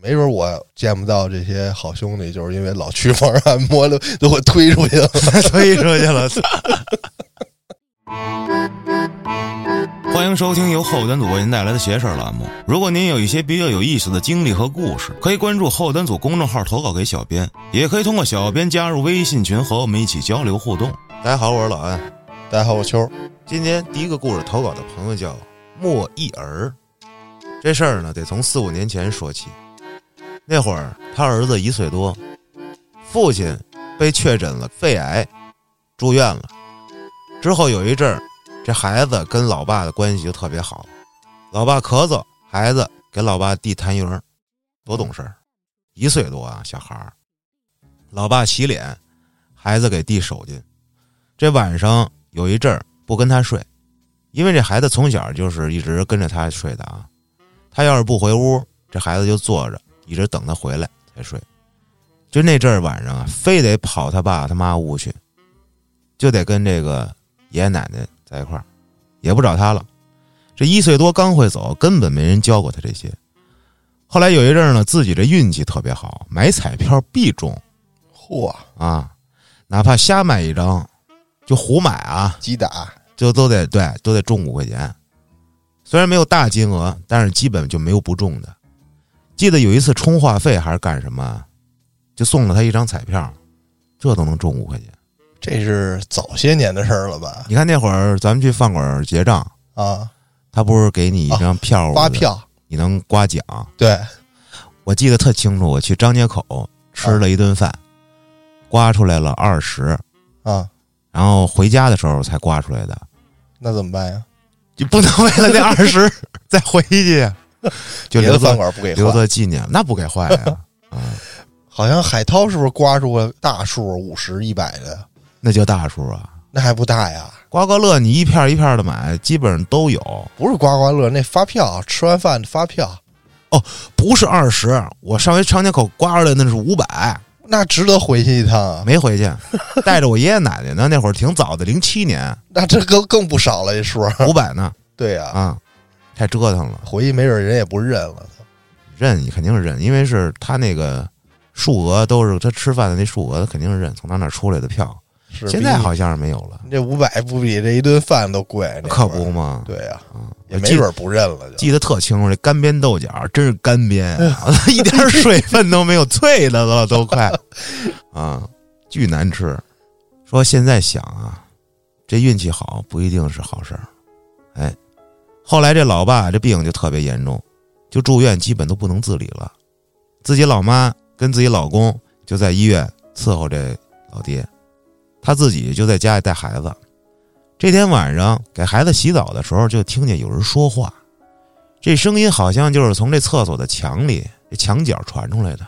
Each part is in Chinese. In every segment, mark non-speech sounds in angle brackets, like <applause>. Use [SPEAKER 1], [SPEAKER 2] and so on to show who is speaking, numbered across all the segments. [SPEAKER 1] 没准我见不到这些好兄弟，就是因为老去玩按摩了，就我推出去了。
[SPEAKER 2] 推出去了。欢迎收听由后端组为您带来的“邪事儿”栏目。如果您有一些比较有意思的经历和故事，可以关注后端组公众号投稿给小编，也可以通过小编加入微信群和我们一起交流互动。
[SPEAKER 3] 大家好，我是老安。
[SPEAKER 1] 大家好，我秋儿。
[SPEAKER 3] 今天第一个故事投稿的朋友叫莫一儿。这事儿呢，得从四五年前说起。那会儿他儿子一岁多，父亲被确诊了肺癌，住院了。之后有一阵儿，这孩子跟老爸的关系就特别好，老爸咳嗽，孩子给老爸递痰盂儿，多懂事儿。一岁多啊，小孩儿。老爸洗脸，孩子给递手巾。这晚上有一阵儿不跟他睡，因为这孩子从小就是一直跟着他睡的啊。他要是不回屋，这孩子就坐着，一直等他回来才睡。就那阵儿晚上啊，非得跑他爸他妈屋去，就得跟这个爷爷奶奶在一块儿，也不找他了。这一岁多刚会走，根本没人教过他这些。后来有一阵儿呢，自己这运气特别好，买彩票必中
[SPEAKER 1] 嚯，
[SPEAKER 3] 啊，哪怕瞎买一张，就胡买啊，
[SPEAKER 1] 击打，
[SPEAKER 3] 就都得对，都得中五块钱。虽然没有大金额，但是基本就没有不中的。记得有一次充话费还是干什么，就送了他一张彩票，这都能中五块钱。
[SPEAKER 1] 这是早些年的事儿了吧？
[SPEAKER 3] 你看那会儿咱们去饭馆结账，
[SPEAKER 1] 啊，
[SPEAKER 3] 他不是给你一张票、
[SPEAKER 1] 发，票，
[SPEAKER 3] 你能刮奖。
[SPEAKER 1] 对，
[SPEAKER 3] 我记得特清楚，我去张家口吃了一顿饭，刮出来了二十，
[SPEAKER 1] 啊，
[SPEAKER 3] 然后回家的时候才刮出来的。
[SPEAKER 1] 那怎么办呀？
[SPEAKER 3] 你不能为了那二
[SPEAKER 1] <laughs>
[SPEAKER 3] 十再回去，啊就
[SPEAKER 1] 别
[SPEAKER 3] 留
[SPEAKER 1] 的
[SPEAKER 3] 作
[SPEAKER 1] 饭馆不给
[SPEAKER 3] 留
[SPEAKER 1] 换。
[SPEAKER 3] 作纪念，那不给坏呀、
[SPEAKER 1] <laughs>
[SPEAKER 3] 啊，
[SPEAKER 1] 好像海涛是不是刮出个大数，五十、一百的？
[SPEAKER 3] 那叫大数啊！
[SPEAKER 1] 那还不大呀？
[SPEAKER 3] 刮刮乐你一片一片的买，基本上都有，
[SPEAKER 1] 不是刮刮乐，那发票，吃完饭的发票，
[SPEAKER 3] 哦不是二十。我上回张家口刮出来那是五百，
[SPEAKER 1] 那值得回去一趟啊！<laughs>
[SPEAKER 3] 没回去，带着我爷爷奶奶呢。那会儿挺早的，零七年
[SPEAKER 1] 那这更更不少了，这数。
[SPEAKER 3] 五百呢
[SPEAKER 1] <laughs> 对呀、
[SPEAKER 3] 啊，太折腾了。
[SPEAKER 1] 回去没准人也不认了。
[SPEAKER 3] 认你肯定是认，因为是他那个数额都是他吃饭的那数额，他肯定是认从他那儿出来的票。
[SPEAKER 1] 是
[SPEAKER 3] 现在好像是没有了，
[SPEAKER 1] 比这五百不比这一顿饭都贵，那
[SPEAKER 3] 可
[SPEAKER 1] 会
[SPEAKER 3] 不
[SPEAKER 1] 儿。
[SPEAKER 3] 嘛。
[SPEAKER 1] 对呀、也
[SPEAKER 3] 我
[SPEAKER 1] 没
[SPEAKER 3] 记
[SPEAKER 1] 准不认了就。
[SPEAKER 3] 记得特清楚，这干煸豆角真是干煸啊， <laughs> 一点水分都没有，脆的了都快 <laughs> 啊，巨难吃。说现在想啊，这运气好不一定是好事儿。哎，后来这老爸这病就特别严重，就住院，基本都不能自理了。自己老妈跟自己老公就在医院伺候这老爹，他自己就在家里带孩子。这天晚上给孩子洗澡的时候，就听见有人说话。这声音好像就是从这厕所的墙里、这墙角传出来的，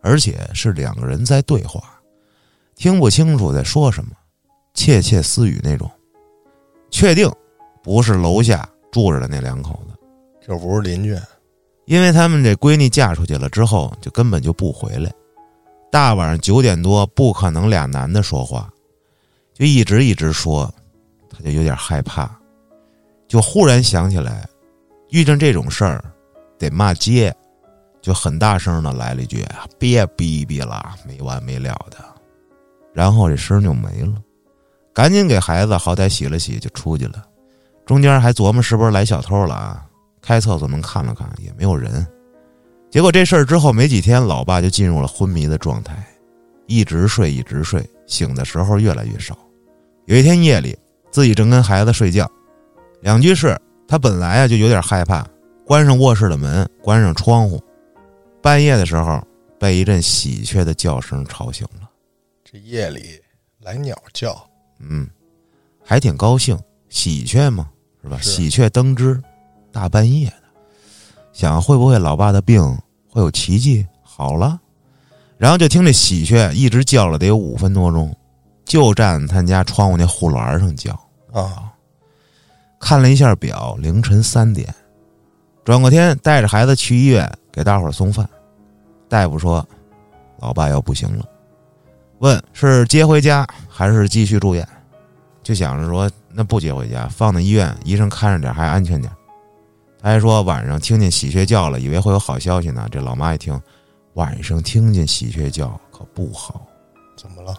[SPEAKER 3] 而且是两个人在对话，听不清楚在说什么，窃窃私语那种。确定不是楼下住着的那两口子，
[SPEAKER 1] 这不是邻居，
[SPEAKER 3] 因为他们这闺女嫁出去了之后，就根本就不回来。大晚上九点多，不可能俩男的说话，就一直一直说，他就有点害怕，就忽然想起来，遇上这种事儿得骂街，就很大声的来了一句：“别逼逼了，没完没了的。”然后这声就没了，赶紧给孩子好歹洗了洗，就出去了。中间还琢磨是不是来小偷了啊？开厕所门看了看，也没有人。结果这事儿之后没几天，老爸就进入了昏迷的状态，一直睡一直睡，醒的时候越来越少。有一天夜里，自己正跟孩子睡觉，两居室，他本来啊就有点害怕，关上卧室的门，关上窗户。半夜的时候，被一阵喜鹊的叫声吵醒了。
[SPEAKER 1] 这夜里来鸟叫，
[SPEAKER 3] 嗯，还挺高兴，喜鹊嘛，是吧？
[SPEAKER 1] 是
[SPEAKER 3] 喜鹊登枝，大半夜的，想会不会老爸的病会有奇迹好了？然后就听这喜鹊一直叫了得有五分多钟，就站他家窗户那护栏上叫。
[SPEAKER 1] 啊，
[SPEAKER 3] 看了一下表，凌晨三点。转过天带着孩子去医院给大伙儿送饭。大夫说，老爸要不行了，问是接回家还是继续住院，就想着说那不接回家，放在医院，医生看着点儿还安全点儿。他还说晚上听见喜鹊叫了，以为会有好消息呢。这老妈一听，晚上听见喜鹊叫可不好，
[SPEAKER 1] 怎么了？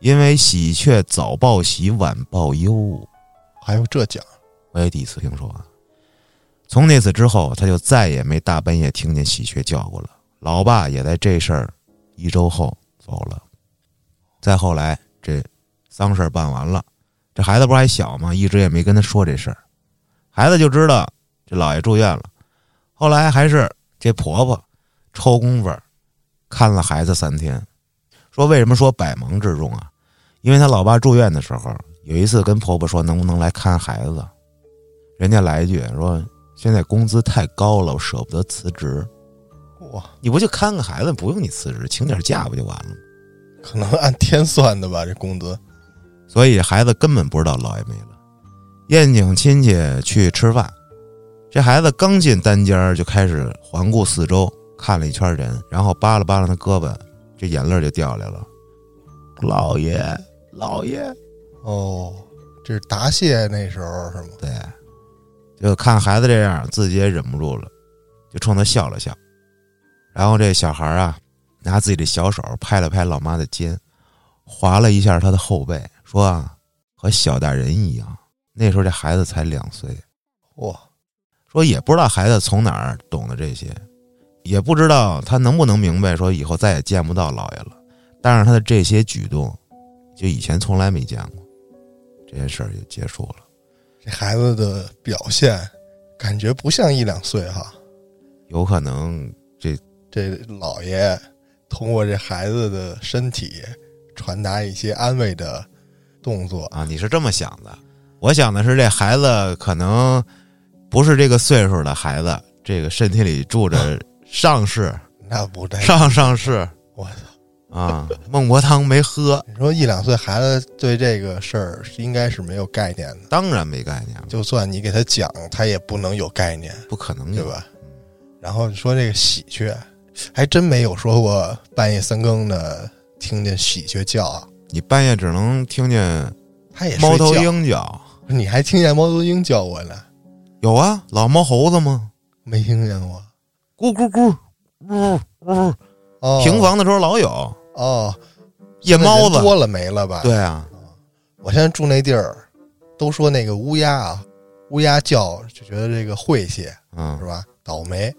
[SPEAKER 3] 因为喜鹊早报喜，晚报忧。
[SPEAKER 1] 还有这讲？
[SPEAKER 3] 我也第一次听说啊。从那次之后，他就再也没大半夜听见喜鹊叫过了。老爸也在这事儿一周后走了。再后来，这丧事儿办完了，这孩子不是还小吗？一直也没跟他说这事儿，孩子就知道这姥爷住院了。后来还是这婆婆抽工夫儿看了孩子三天，说为什么说百忙之中啊？因为他老爸住院的时候，有一次跟婆婆说能不能来看孩子，人家来一句说现在工资太高了，我舍不得辞职。
[SPEAKER 1] 哇，
[SPEAKER 3] 你不就看看孩子，不用你辞职，请点假不就完了吗？
[SPEAKER 1] 可能按天算的吧，这工资。
[SPEAKER 3] 所以孩子根本不知道姥爷没了。宴请亲戚去吃饭，这孩子刚进单间儿就开始环顾四周，看了一圈人，然后扒拉扒拉他胳膊，这眼泪就掉来了。姥爷，姥爷，
[SPEAKER 1] 哦，这是答谢那时候是吗？
[SPEAKER 3] 对，就看孩子这样，自己也忍不住了，就冲他笑了笑。然后这小孩啊，拿自己的小手拍了拍老妈的肩，划了一下她的后背，说啊，和小大人一样。那时候这孩子才两岁，
[SPEAKER 1] 哇，
[SPEAKER 3] 说也不知道孩子从哪儿懂的这些，也不知道他能不能明白，说以后再也见不到姥爷了。但是他的这些举动，就以前从来没见过，这件事儿就结束了。
[SPEAKER 1] 这孩子的表现感觉不像一两岁哈、
[SPEAKER 3] 有可能
[SPEAKER 1] 这老爷通过这孩子的身体传达一些安慰的动作，
[SPEAKER 3] 啊，你是这么想的。我想的是，这孩子可能不是这个岁数的孩子，这个身体里
[SPEAKER 1] <laughs>
[SPEAKER 3] 住着上世、
[SPEAKER 1] 那不
[SPEAKER 3] <laughs>
[SPEAKER 1] 对。
[SPEAKER 3] 上上世
[SPEAKER 1] 哎我操！
[SPEAKER 3] 啊，孟婆汤
[SPEAKER 1] <laughs>
[SPEAKER 3] 没喝，
[SPEAKER 1] 你说一两岁孩子对这个事儿应该是没有概念的，
[SPEAKER 3] 当然没概念了，
[SPEAKER 1] 就算你给他讲，他也不能有概念，
[SPEAKER 3] 不可能
[SPEAKER 1] 对
[SPEAKER 3] 有。
[SPEAKER 1] 吧？然后你说这个喜鹊，还真没有说过半夜三更的听见喜鹊叫啊，
[SPEAKER 3] 你半夜只能听见
[SPEAKER 1] 它也
[SPEAKER 3] 猫
[SPEAKER 1] 睡
[SPEAKER 3] 头
[SPEAKER 1] 觉，
[SPEAKER 3] 鹰叫，
[SPEAKER 1] 你还听见猫头鹰叫我呢？
[SPEAKER 3] 有啊，老猫猴子吗？
[SPEAKER 1] 没听见过。
[SPEAKER 3] 咕咕咕，呜呜，
[SPEAKER 1] 哦，
[SPEAKER 3] 平房的时候老有
[SPEAKER 1] 哦，
[SPEAKER 3] 夜猫
[SPEAKER 1] 那人
[SPEAKER 3] 子，
[SPEAKER 1] 多了没了吧？
[SPEAKER 3] 对啊，
[SPEAKER 1] 我现在住那地儿，都说那个乌鸦啊，乌鸦叫就觉得这个晦气
[SPEAKER 3] 嗯
[SPEAKER 1] 是，吧？倒霉。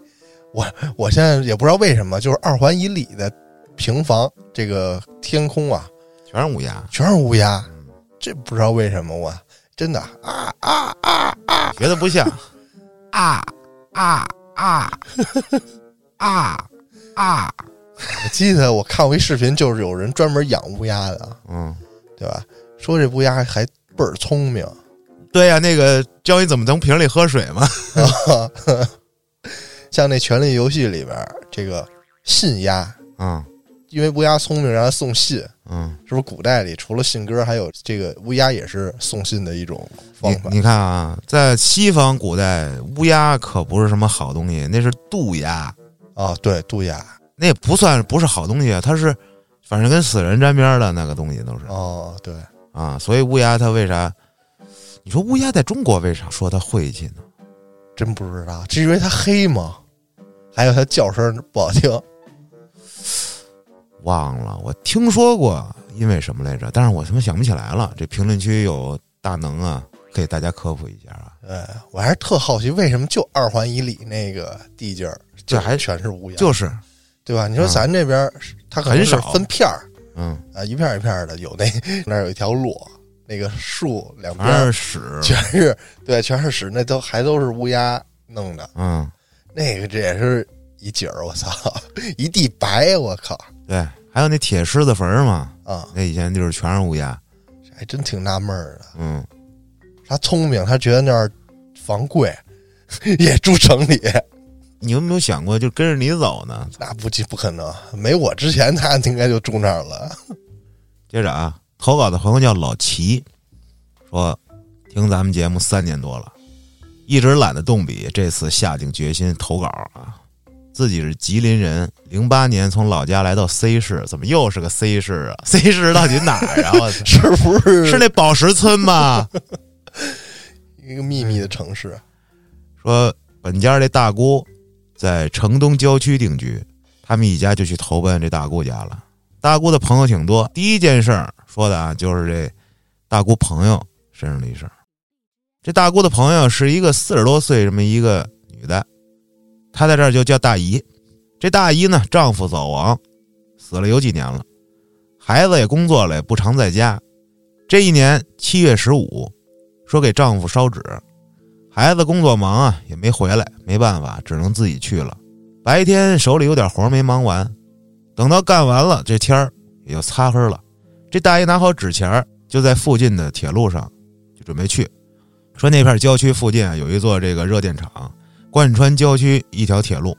[SPEAKER 1] 我我现在也不知道为什么，就是二环以里的平房，这个天空啊，
[SPEAKER 3] 全是乌鸦。
[SPEAKER 1] 全是乌鸦
[SPEAKER 3] 嗯，
[SPEAKER 1] 这不知道为什么我真的啊
[SPEAKER 3] 学的不像。
[SPEAKER 1] <laughs>
[SPEAKER 3] 啊啊啊啊啊！
[SPEAKER 1] 我记得我看过一视频，就是有人专门养乌鸦的，
[SPEAKER 3] 嗯，
[SPEAKER 1] 对吧？说这乌鸦还倍儿聪明，
[SPEAKER 3] 对呀、那个教你怎么从瓶里喝水嘛。
[SPEAKER 1] 像那《权力游戏》里边儿这个信鸦，
[SPEAKER 3] 嗯
[SPEAKER 1] 因为乌鸦聪明，让它送信，
[SPEAKER 3] 嗯，
[SPEAKER 1] 是不是古代里除了信鸽，还有这个乌鸦也是送信的一种方法
[SPEAKER 3] 你？你看啊，在西方古代，乌鸦可不是什么好东西，那是渡鸦，
[SPEAKER 1] 啊，对，渡鸦。
[SPEAKER 3] 那也不算不是好东西，啊它是反正跟死人沾边儿的那个东西都是
[SPEAKER 1] 哦，对，
[SPEAKER 3] 啊。所以乌鸦它为啥？你说乌鸦在中国为啥说它晦气呢？
[SPEAKER 1] 真不知道，是因为它黑吗？还有它叫声不好听。
[SPEAKER 3] 忘了，我听说过，因为什么来着？但是我他妈想不起来了。这评论区有大能啊，给大家科普一下啊。
[SPEAKER 1] 呃，我还是特好奇，为什么就二环以里那个地界儿，
[SPEAKER 3] 这还
[SPEAKER 1] 全是乌鸦，
[SPEAKER 3] 就是，
[SPEAKER 1] 对吧？你说
[SPEAKER 3] 嗯
[SPEAKER 1] 咱这边儿是它可能
[SPEAKER 3] 很
[SPEAKER 1] 是
[SPEAKER 3] 少
[SPEAKER 1] 分片儿
[SPEAKER 3] 嗯，
[SPEAKER 1] 啊，一片儿一片儿的，有那 <laughs> 那儿有一条路，那个树两边
[SPEAKER 3] 反
[SPEAKER 1] 儿
[SPEAKER 3] 正屎，
[SPEAKER 1] 全是对，全是屎，那都还都是乌鸦弄的。
[SPEAKER 3] 嗯，
[SPEAKER 1] 那个这也是一景儿，我操， <laughs> 一地白，我靠
[SPEAKER 3] 对。还有那铁狮子坟儿嘛，
[SPEAKER 1] 啊！
[SPEAKER 3] 那以前就是全是乌鸦，
[SPEAKER 1] 还真挺纳闷儿的。
[SPEAKER 3] 嗯，
[SPEAKER 1] 他聪明，他觉得那儿房贵， <laughs> 也住城里，
[SPEAKER 3] 你有没有想过就跟着你走呢？
[SPEAKER 1] 那不不可能。没我之前，他应该就住那儿了。 <laughs>
[SPEAKER 3] 接着啊，投稿的朋友叫老齐，说听咱们节目三年多了，一直懒得动笔，这次下定决心投稿啊。自己是吉林人，零八年从老家来到 C 市，怎么又是个 C 市啊？C 市到底哪儿啊？我操
[SPEAKER 1] 是不 <laughs> 是
[SPEAKER 3] 是那宝石村吗？
[SPEAKER 1] 一个秘密的城市？
[SPEAKER 3] 说本家这大姑在城东郊区定居，他们一家就去投奔这大姑家了。大姑的朋友挺多，第一件事儿说的啊，就是这大姑朋友身上的一事儿。这大姑的朋友是一个四十多岁这么一个女的，她在这儿就叫大姨。这大姨呢，丈夫早亡，死了有几年了，孩子也工作了，也不常在家。这一年七月十五，说给丈夫烧纸，孩子工作忙啊，也没回来，没办法，只能自己去了。白天手里有点活没忙完，等到干完了，这天儿也就擦黑了。这大姨拿好纸钱儿，就在附近的铁路上就准备去，说那片郊区附近啊有一座这个热电厂，贯穿郊区一条铁路，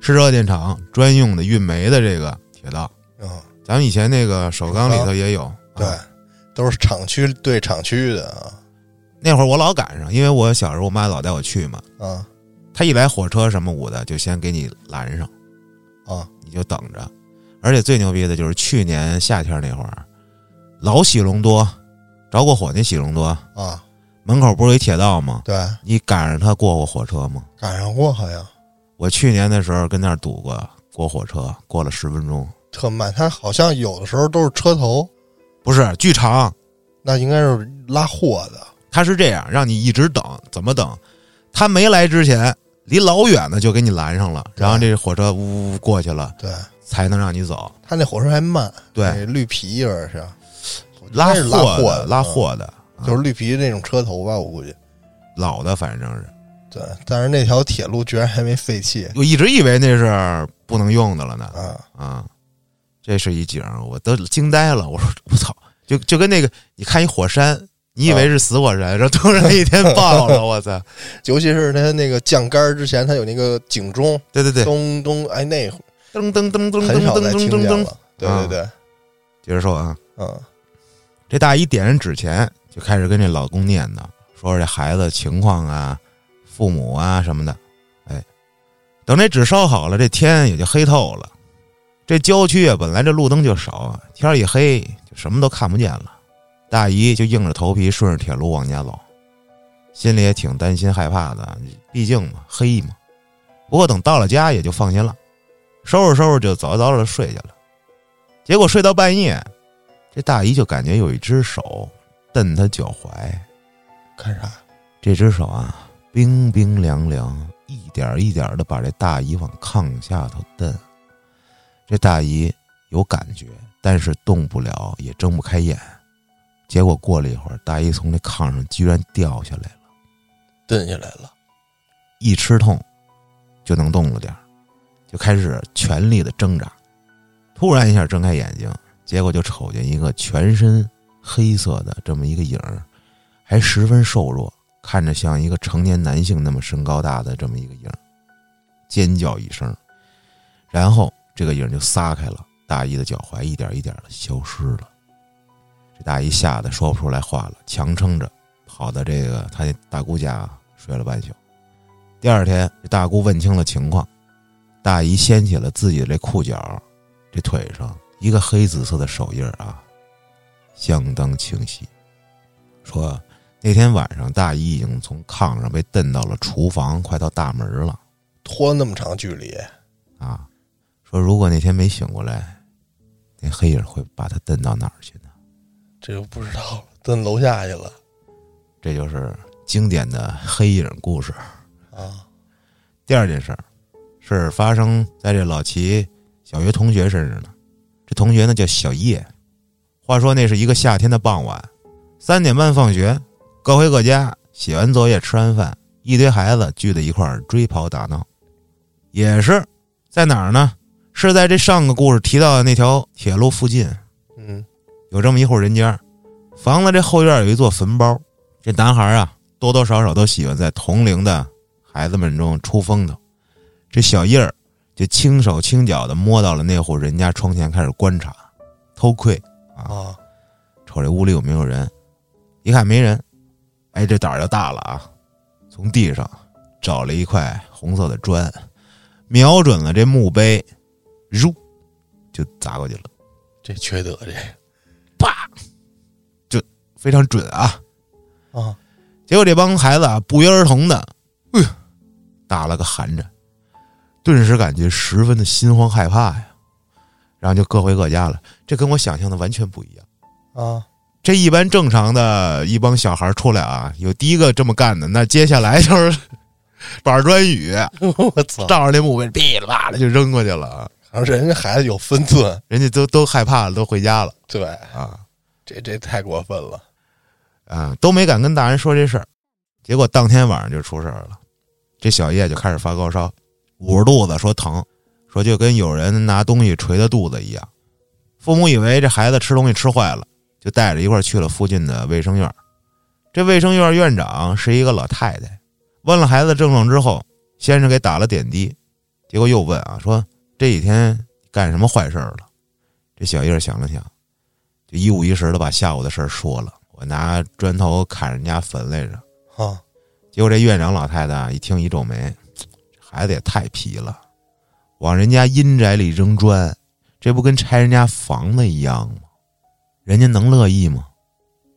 [SPEAKER 3] 是热电厂专用的运煤的这个铁道。
[SPEAKER 1] 嗯，
[SPEAKER 3] 咱们以前那个首钢里头也有，
[SPEAKER 1] 对
[SPEAKER 3] 啊，
[SPEAKER 1] 都是厂区对厂区的啊，
[SPEAKER 3] 那会儿我老赶上，因为我小时候我妈老带我去嘛，
[SPEAKER 1] 啊
[SPEAKER 3] 她一来火车什么舞的就先给你拦上，
[SPEAKER 1] 啊，
[SPEAKER 3] 你就等着。而且最牛逼的就是去年夏天那会儿，老喜隆多着过火那喜隆多
[SPEAKER 1] 啊，
[SPEAKER 3] 门口不是有一铁道吗？
[SPEAKER 1] 对，
[SPEAKER 3] 你赶上他过过火车吗？
[SPEAKER 1] 赶上过好像
[SPEAKER 3] 我去年的时候跟那儿堵过过火车，过了十分钟，
[SPEAKER 1] 特慢，它好像有的时候都是车头，
[SPEAKER 3] 不是巨长，
[SPEAKER 1] 那应该是拉货的，
[SPEAKER 3] 他是这样让你一直等，怎么等？他没来之前，离老远的就给你拦上了，然后这火车呜呜呜过去了，
[SPEAKER 1] 对，
[SPEAKER 3] 才能让你走。
[SPEAKER 1] 它那火车还慢，
[SPEAKER 3] 对，
[SPEAKER 1] 那绿皮有点像，应该
[SPEAKER 3] 拉
[SPEAKER 1] 是
[SPEAKER 3] 货
[SPEAKER 1] 货
[SPEAKER 3] 的，
[SPEAKER 1] 的
[SPEAKER 3] 拉，货的，
[SPEAKER 1] 嗯就是绿皮那种车头吧，我估计。
[SPEAKER 3] 老的，反正是。
[SPEAKER 1] 对，但是那条铁路居然还没废弃
[SPEAKER 3] 我一直以为那是不能用的了呢。
[SPEAKER 1] 啊！
[SPEAKER 3] 啊，这是一景儿，我都惊呆了。我说我操，就就跟那个你看一火山，你
[SPEAKER 1] 啊
[SPEAKER 3] 以为是死火山，然后突然一天
[SPEAKER 1] <laughs>
[SPEAKER 3] 爆了，我操！
[SPEAKER 1] 尤其是它那个降杆儿之前，它有那个警钟，<laughs>
[SPEAKER 3] 对对对，
[SPEAKER 1] 咚咚，哎，那会
[SPEAKER 3] 噔噔噔噔
[SPEAKER 1] 儿
[SPEAKER 3] 噔
[SPEAKER 1] 很少
[SPEAKER 3] 噔
[SPEAKER 1] 再
[SPEAKER 3] 噔
[SPEAKER 1] 听
[SPEAKER 3] 噔
[SPEAKER 1] 见
[SPEAKER 3] 噔。
[SPEAKER 1] 了。对对对，
[SPEAKER 3] 接着说啊，
[SPEAKER 1] 嗯
[SPEAKER 3] 这大姨点燃纸钱，就开始跟这老公念叨，说这孩子情况啊、父母啊什么的。哎，等这纸烧好了，这天也就黑透了。这郊区啊，本来这路灯就少啊，天儿一黑就什么都看不见了。大姨就硬着头皮顺着铁路往家走，心里也挺担心害怕的，毕竟嘛黑嘛。不过等到了家也就放心了，收拾收拾就早早的睡去了。结果睡到半夜，这大姨就感觉有一只手蹬她脚踝，
[SPEAKER 1] 干啥？
[SPEAKER 3] 这只手啊，冰冰凉凉，一点儿一点的把这大姨往炕下头蹬。这大姨有感觉，但是动不了，也睁不开眼。结果过了一会儿，大姨从这炕上居然掉下来了，
[SPEAKER 1] 蹬下来了，
[SPEAKER 3] 一吃痛就能动了点儿，就开始全力的挣扎。突然一下睁开眼睛，结果就瞅见一个全身黑色的这么一个影儿，还十分瘦弱，看着像一个成年男性那么身高大的这么一个影儿，尖叫一声，然后这个影儿就撒开了大姨的脚踝，一点一点的消失了。这大姨吓得说不出来话了，强撑着跑到这个她那大姑家睡了半宿。第二天，这大姑问清了情况，大姨掀起了自己的这裤脚，这腿上一个黑紫色的手印儿啊，相当清晰。说那天晚上，大姨已经从炕上被蹬到了厨房，快到大门了
[SPEAKER 1] 拖那么长距离，
[SPEAKER 3] 啊。说如果那天没醒过来，那黑影会把她蹬到哪儿去呢？
[SPEAKER 1] 这就不知道了，蹬楼下去了
[SPEAKER 3] 这就是经典的黑影故事。
[SPEAKER 1] 啊！
[SPEAKER 3] 第二件事儿是发生在这老齐小学同学身上的。这同学呢叫小叶，话说那是一个夏天的傍晚，三点半放学，各回各家，写完作业，吃完饭，一堆孩子聚在一块儿追跑打闹，也是在哪儿呢？是在这上个故事提到的那条铁路附近，
[SPEAKER 1] 嗯，
[SPEAKER 3] 有这么一户人家，房子这后院有一座坟包。这男孩啊，多多少少都喜欢在同龄的孩子们中出风头。这小叶儿就轻手轻脚的摸到了那户人家窗前，开始观察、偷窥，
[SPEAKER 1] 啊，
[SPEAKER 3] 瞅这屋里有没有人。一看没人，哎，这胆儿就大了啊！从地上找了一块红色的砖，瞄准了这墓碑，入就砸过去了。
[SPEAKER 1] 这缺德这
[SPEAKER 3] 非常准啊！
[SPEAKER 1] 啊，
[SPEAKER 3] 结果这帮孩子啊，不约而同的，哎呦，打了个寒颤，顿时感觉十分的心慌害怕呀，然后就各回各家了。这跟我想象的完全不一样。
[SPEAKER 1] 啊，
[SPEAKER 3] 这一般正常的一帮小孩出来啊，有第一个这么干的，那接下来就是 <laughs> 板砖雨，
[SPEAKER 1] <laughs> 我操！
[SPEAKER 3] 照着那墓碑噼里啪啦就扔过去了啊，
[SPEAKER 1] 然后人家孩子有分寸，
[SPEAKER 3] 人家都都害怕了，都回家了
[SPEAKER 1] 对，
[SPEAKER 3] 啊
[SPEAKER 1] 这这太过分了。
[SPEAKER 3] 啊，都没敢跟大人说这事儿。结果当天晚上就出事儿了，这小叶就开始发高烧，捂着肚子说疼，说就跟有人拿东西捶他肚子一样。父母以为这孩子吃东西吃坏了，就带着一块儿去了附近的卫生院儿。这卫生院儿院长是一个老太太，问了孩子症状之后，先是给打了点滴，结果又问啊，说这几天干什么坏事儿了？这小叶儿想了想，就一五一十的把下午的事儿说了。我拿砖头砍人家坟来着，
[SPEAKER 1] 啊，
[SPEAKER 3] 结果这院长老太太啊一听一皱眉，这孩子也太皮了，往人家阴宅里扔砖，这不跟拆人家房子一样吗？人家能乐意吗？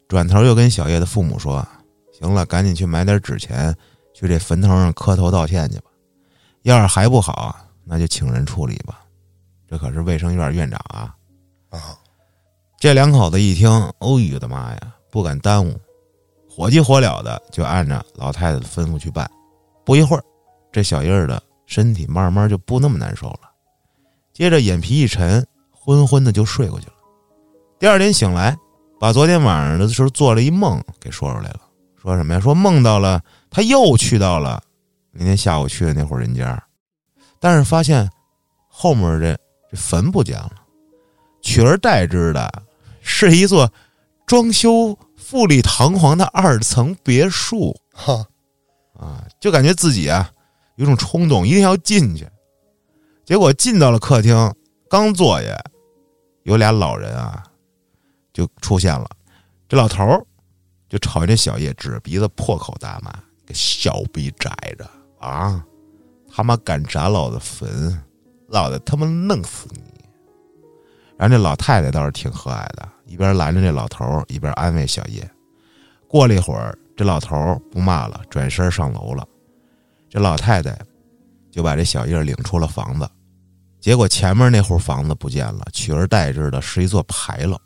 [SPEAKER 3] 转头又跟小叶的父母说：“行了，赶紧去买点纸钱，去这坟头上磕头道歉去吧。要是还不好啊，那就请人处理吧。这可是卫生院院长啊！”
[SPEAKER 1] 啊，
[SPEAKER 3] 这两口子一听，哦呦我的妈呀，不敢耽误，火急火燎的就按照老太太的吩咐去办。不一会儿，这小叶儿的身体慢慢就不那么难受了，接着眼皮一沉，昏昏的就睡过去了。第二天醒来，把昨天晚上的时候做了一梦给说出来了。说什么呀？说梦到了他又去到了那天下午去的那户人家，但是发现后面这这坟不见了，取而代之的是一座装修富丽堂皇的二层别墅
[SPEAKER 1] 哈，
[SPEAKER 3] 啊，就感觉自己啊有一种冲动，一定要进去。结果进到了客厅，刚坐下，有俩老人啊就出现了。这老头儿就朝着这小叶指着鼻子破口大骂：“给小逼崽子啊！他妈敢砸老子坟，老子他妈弄死你！”然后这老太太倒是挺和蔼的，一边拦着这老头儿，一边安慰小叶。过了一会儿，这老头儿不骂了，转身上楼了。这老太太就把这小叶领出了房子，结果前面那户房子不见了，取而代之的是一座牌楼。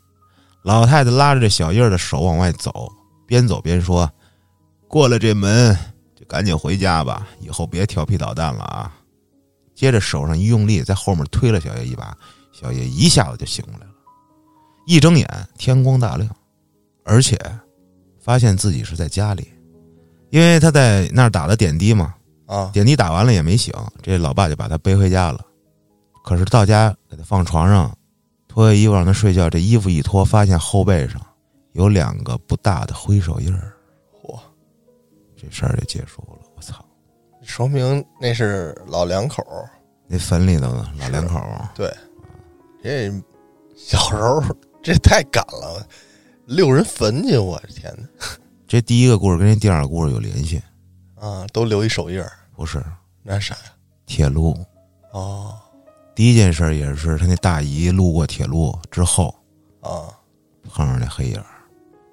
[SPEAKER 3] 老太太拉着这小叶的手往外走，边走边说：“过了这门就赶紧回家吧，以后别调皮捣蛋了啊！”接着手上一用力，在后面推了小叶一把，小叶一下子就醒过来了，一睁眼天光大亮，而且发现自己是在家里，因为他在那儿打的点滴嘛，
[SPEAKER 1] 啊，
[SPEAKER 3] 点滴打完了也没醒，这老爸就把他背回家了。可是到家给他放床上，脱下衣服让他睡觉，这衣服一脱，发现后背上有两个不大的灰手印儿，
[SPEAKER 1] 嚯，
[SPEAKER 3] 这事儿就结束了。我操，
[SPEAKER 1] 说明那是老两口儿。
[SPEAKER 3] 那坟里头呢，老
[SPEAKER 1] 是
[SPEAKER 3] 两口儿，
[SPEAKER 1] 这小时候这太赶了，六人坟去，我的天
[SPEAKER 3] 这第一个故事跟这第二个故事有联系，
[SPEAKER 1] 哪！啊，都留一手印儿，
[SPEAKER 3] 不是
[SPEAKER 1] 那啥呀？
[SPEAKER 3] 铁路。
[SPEAKER 1] 哦
[SPEAKER 3] 第一件事儿也是他那大姨路过铁路之后
[SPEAKER 1] 啊，
[SPEAKER 3] 碰上那黑影儿。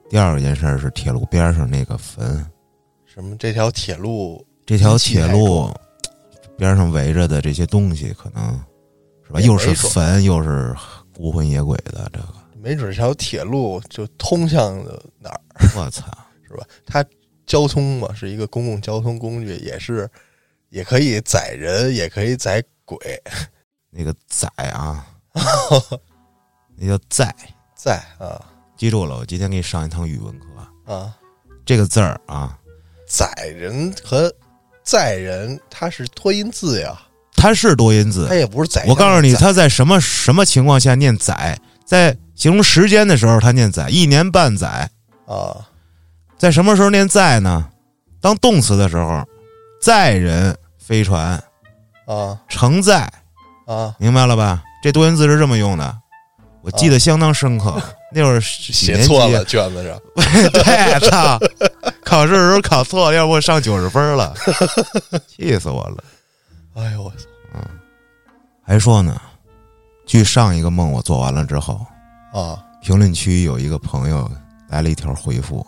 [SPEAKER 3] 第二件事儿是铁路边上那个坟，
[SPEAKER 1] 什么这条铁路
[SPEAKER 3] 这条铁路边上围着的这些东西，可能是吧？
[SPEAKER 1] 也没
[SPEAKER 3] 又是
[SPEAKER 1] 准
[SPEAKER 3] 坟，又是孤魂野鬼的。这个，
[SPEAKER 1] 没准儿这条铁路就通向的哪儿，
[SPEAKER 3] 我操！
[SPEAKER 1] 是吧？它交通嘛，是一个公共交通工具，也是也可以载人，也可以载鬼，
[SPEAKER 3] 那个载啊，
[SPEAKER 1] <laughs>
[SPEAKER 3] 那叫载，
[SPEAKER 1] 载啊
[SPEAKER 3] 记住了。我今天给你上一堂语文课，
[SPEAKER 1] 啊，
[SPEAKER 3] 这个字儿啊，
[SPEAKER 1] 载人和载人，它是脱音字呀，
[SPEAKER 3] 它是多音字
[SPEAKER 1] 它，也不是载人。
[SPEAKER 3] 我告诉你，
[SPEAKER 1] 载
[SPEAKER 3] 他在什么什么情况下念载，在形容时间的时候，他念载，一年半载，
[SPEAKER 1] 啊，
[SPEAKER 3] 在什么时候念载呢？当动词的时候，载人飞船
[SPEAKER 1] 啊
[SPEAKER 3] 承载，
[SPEAKER 1] 啊，
[SPEAKER 3] 明白了吧？这多音字是这么用的，我记得相当深刻。那会儿几
[SPEAKER 1] 啊写
[SPEAKER 3] 年级
[SPEAKER 1] 错了，卷子上
[SPEAKER 3] <laughs> 对，操！考试的时候考错了，要不我上九十分
[SPEAKER 1] <laughs>
[SPEAKER 3] 了，气死我了。
[SPEAKER 1] 哎呦我操
[SPEAKER 3] 还说呢，据上一个梦我做完了之后，
[SPEAKER 1] 啊！
[SPEAKER 3] 评论区有一个朋友来了一条回复，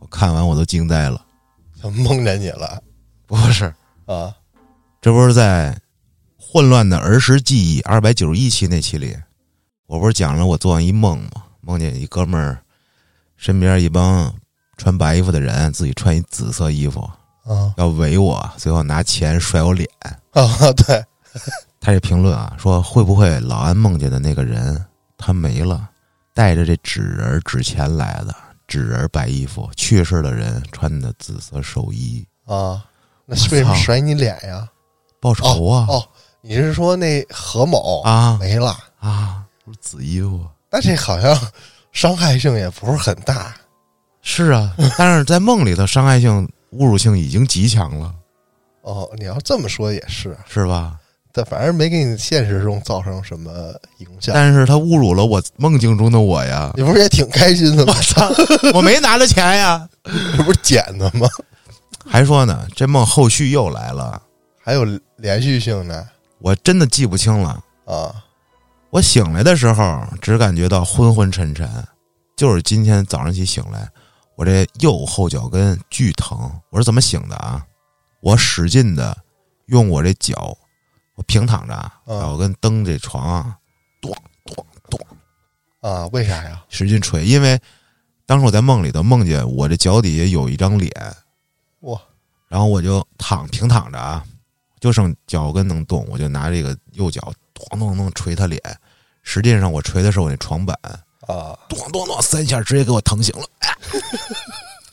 [SPEAKER 3] 我看完我都惊呆了。
[SPEAKER 1] 想蒙着你了
[SPEAKER 3] 不是，
[SPEAKER 1] 啊！
[SPEAKER 3] 这不是在《混乱的儿时记忆》二百九十一期那期里，我不是讲了我做完一梦吗？梦见一哥们儿身边一帮穿白衣服的人，自己穿一紫色衣服
[SPEAKER 1] 啊
[SPEAKER 3] 要围我，最后拿钱甩我脸。
[SPEAKER 1] 啊， <laughs> 对，
[SPEAKER 3] 他这评论啊，说会不会老安梦见的那个人他没了，带着这纸人纸钱来的，纸人白衣服，去世的人穿的紫色寿衣，
[SPEAKER 1] 啊，那
[SPEAKER 3] 我
[SPEAKER 1] 为什么
[SPEAKER 3] 操
[SPEAKER 1] 甩你脸呀？
[SPEAKER 3] 报仇啊！
[SPEAKER 1] 哦，你是说那何某
[SPEAKER 3] 啊
[SPEAKER 1] 没了？
[SPEAKER 3] 啊，不是紫衣服。
[SPEAKER 1] 那这好像伤害性也不是很大
[SPEAKER 3] 是啊，但是在梦里头伤害性、侮辱性已经极强了，
[SPEAKER 1] 哦。你要这么说也是，
[SPEAKER 3] 是吧？
[SPEAKER 1] 但反正没给你现实中造成什么影响。
[SPEAKER 3] 但是他侮辱了我梦境中的我
[SPEAKER 1] <laughs>
[SPEAKER 3] 呀！
[SPEAKER 1] 你不是也挺开心的吗？操，
[SPEAKER 3] 我没拿着钱呀，
[SPEAKER 1] 这 <laughs> 不是捡的吗？
[SPEAKER 3] 还说呢，这梦后续又来了，
[SPEAKER 1] 还有连续性呢
[SPEAKER 3] 我真的记不清了。
[SPEAKER 1] 啊
[SPEAKER 3] 我醒来的时候只感觉到昏昏沉沉，就是今天早上起醒来，我这右后脚跟巨疼。我是怎么醒的啊？我使劲的用我这脚，我平躺着啊，
[SPEAKER 1] 嗯
[SPEAKER 3] 脚跟蹬这床啊，咚咚咚，
[SPEAKER 1] 啊！为啥呀？
[SPEAKER 3] 使劲捶，因为当时我在梦里头梦见我这脚底下有一张脸，
[SPEAKER 1] 哇
[SPEAKER 3] 然后我就躺平躺着啊，就剩脚跟能动，我就拿这个右脚咚咚咚捶他脸。实际上我捶的是我那床板，
[SPEAKER 1] 啊！
[SPEAKER 3] 咚咚咚三下直接给我疼醒了， <laughs> 哎